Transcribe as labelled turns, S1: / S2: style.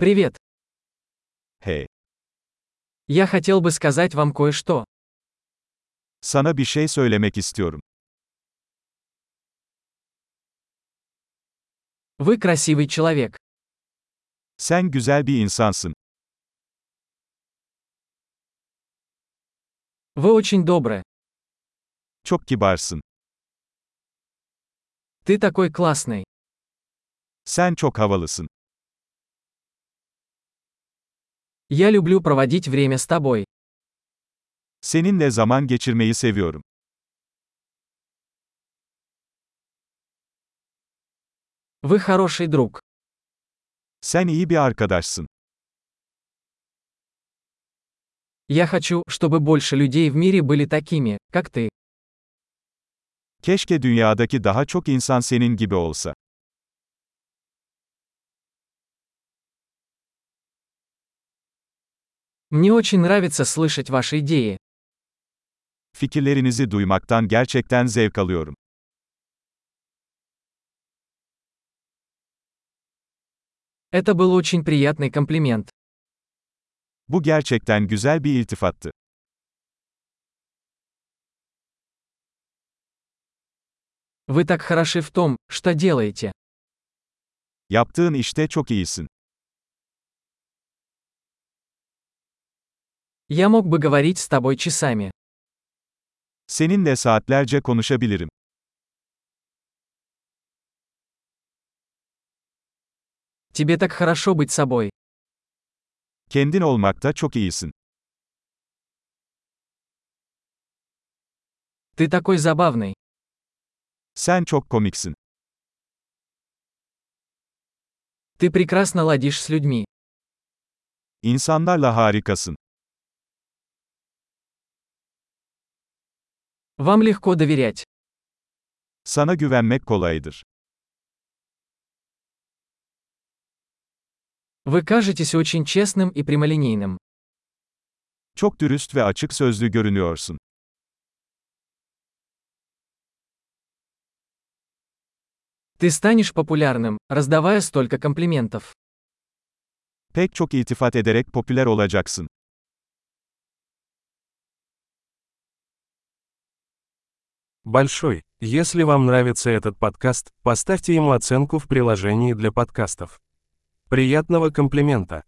S1: Привет.
S2: Hey,
S1: Я хотел бы сказать вам кое-что.
S2: sana bir şey söylemek istiyorum.
S1: Вы красивый человек.
S2: Sen güzel bir insansın.
S1: Вы очень добры.
S2: Çok kibarsın.
S1: Ты такой классный.
S2: Sen çok havalısın.
S1: Я люблю проводить время с тобой.
S2: Seninle zaman geçirmeyi seviyorum.
S1: Вы хороший друг.
S2: Sen iyi bir arkadaşsın.
S1: Я хочу, чтобы больше людей в мире были такими, как ты.
S2: Keşke dünyadaki daha çok insan senin gibi olsa.
S1: Мне очень нравится слышать ваши идеи.
S2: Fikirlerinizi duymaktan gerçekten zevk alıyorum.
S1: Это был очень приятный комплимент.
S2: Bu gerçekten güzel bir iltifattı.
S1: Вы так хороши в том, что делаете.
S2: Yaptığın işte çok iyisin.
S1: Я мог бы говорить с тобой часами.
S2: Seninle saatlerce konuşabilirim.
S1: Тебе так хорошо быть собой.
S2: Kendin olmakta çok iyisin.
S1: Ты такой забавный.
S2: Sen çok komiksin.
S1: Ты прекрасно ладишь с людьми.
S2: İnsanlarla harikasın.
S1: Вам легко доверять.
S2: Sana güvenmek kolaydır.
S1: Вы кажетесь очень честным и прямолинейным.
S2: Çok dürüst ve açık sözlü görünüyorsun.
S1: Ты станешь популярным, раздавая столько комплиментов.
S2: Pek çok iltifat ederek popüler olacaksın.
S3: Большой, если вам нравится этот подкаст, поставьте ему оценку в приложении для подкастов. Приятного комплимента!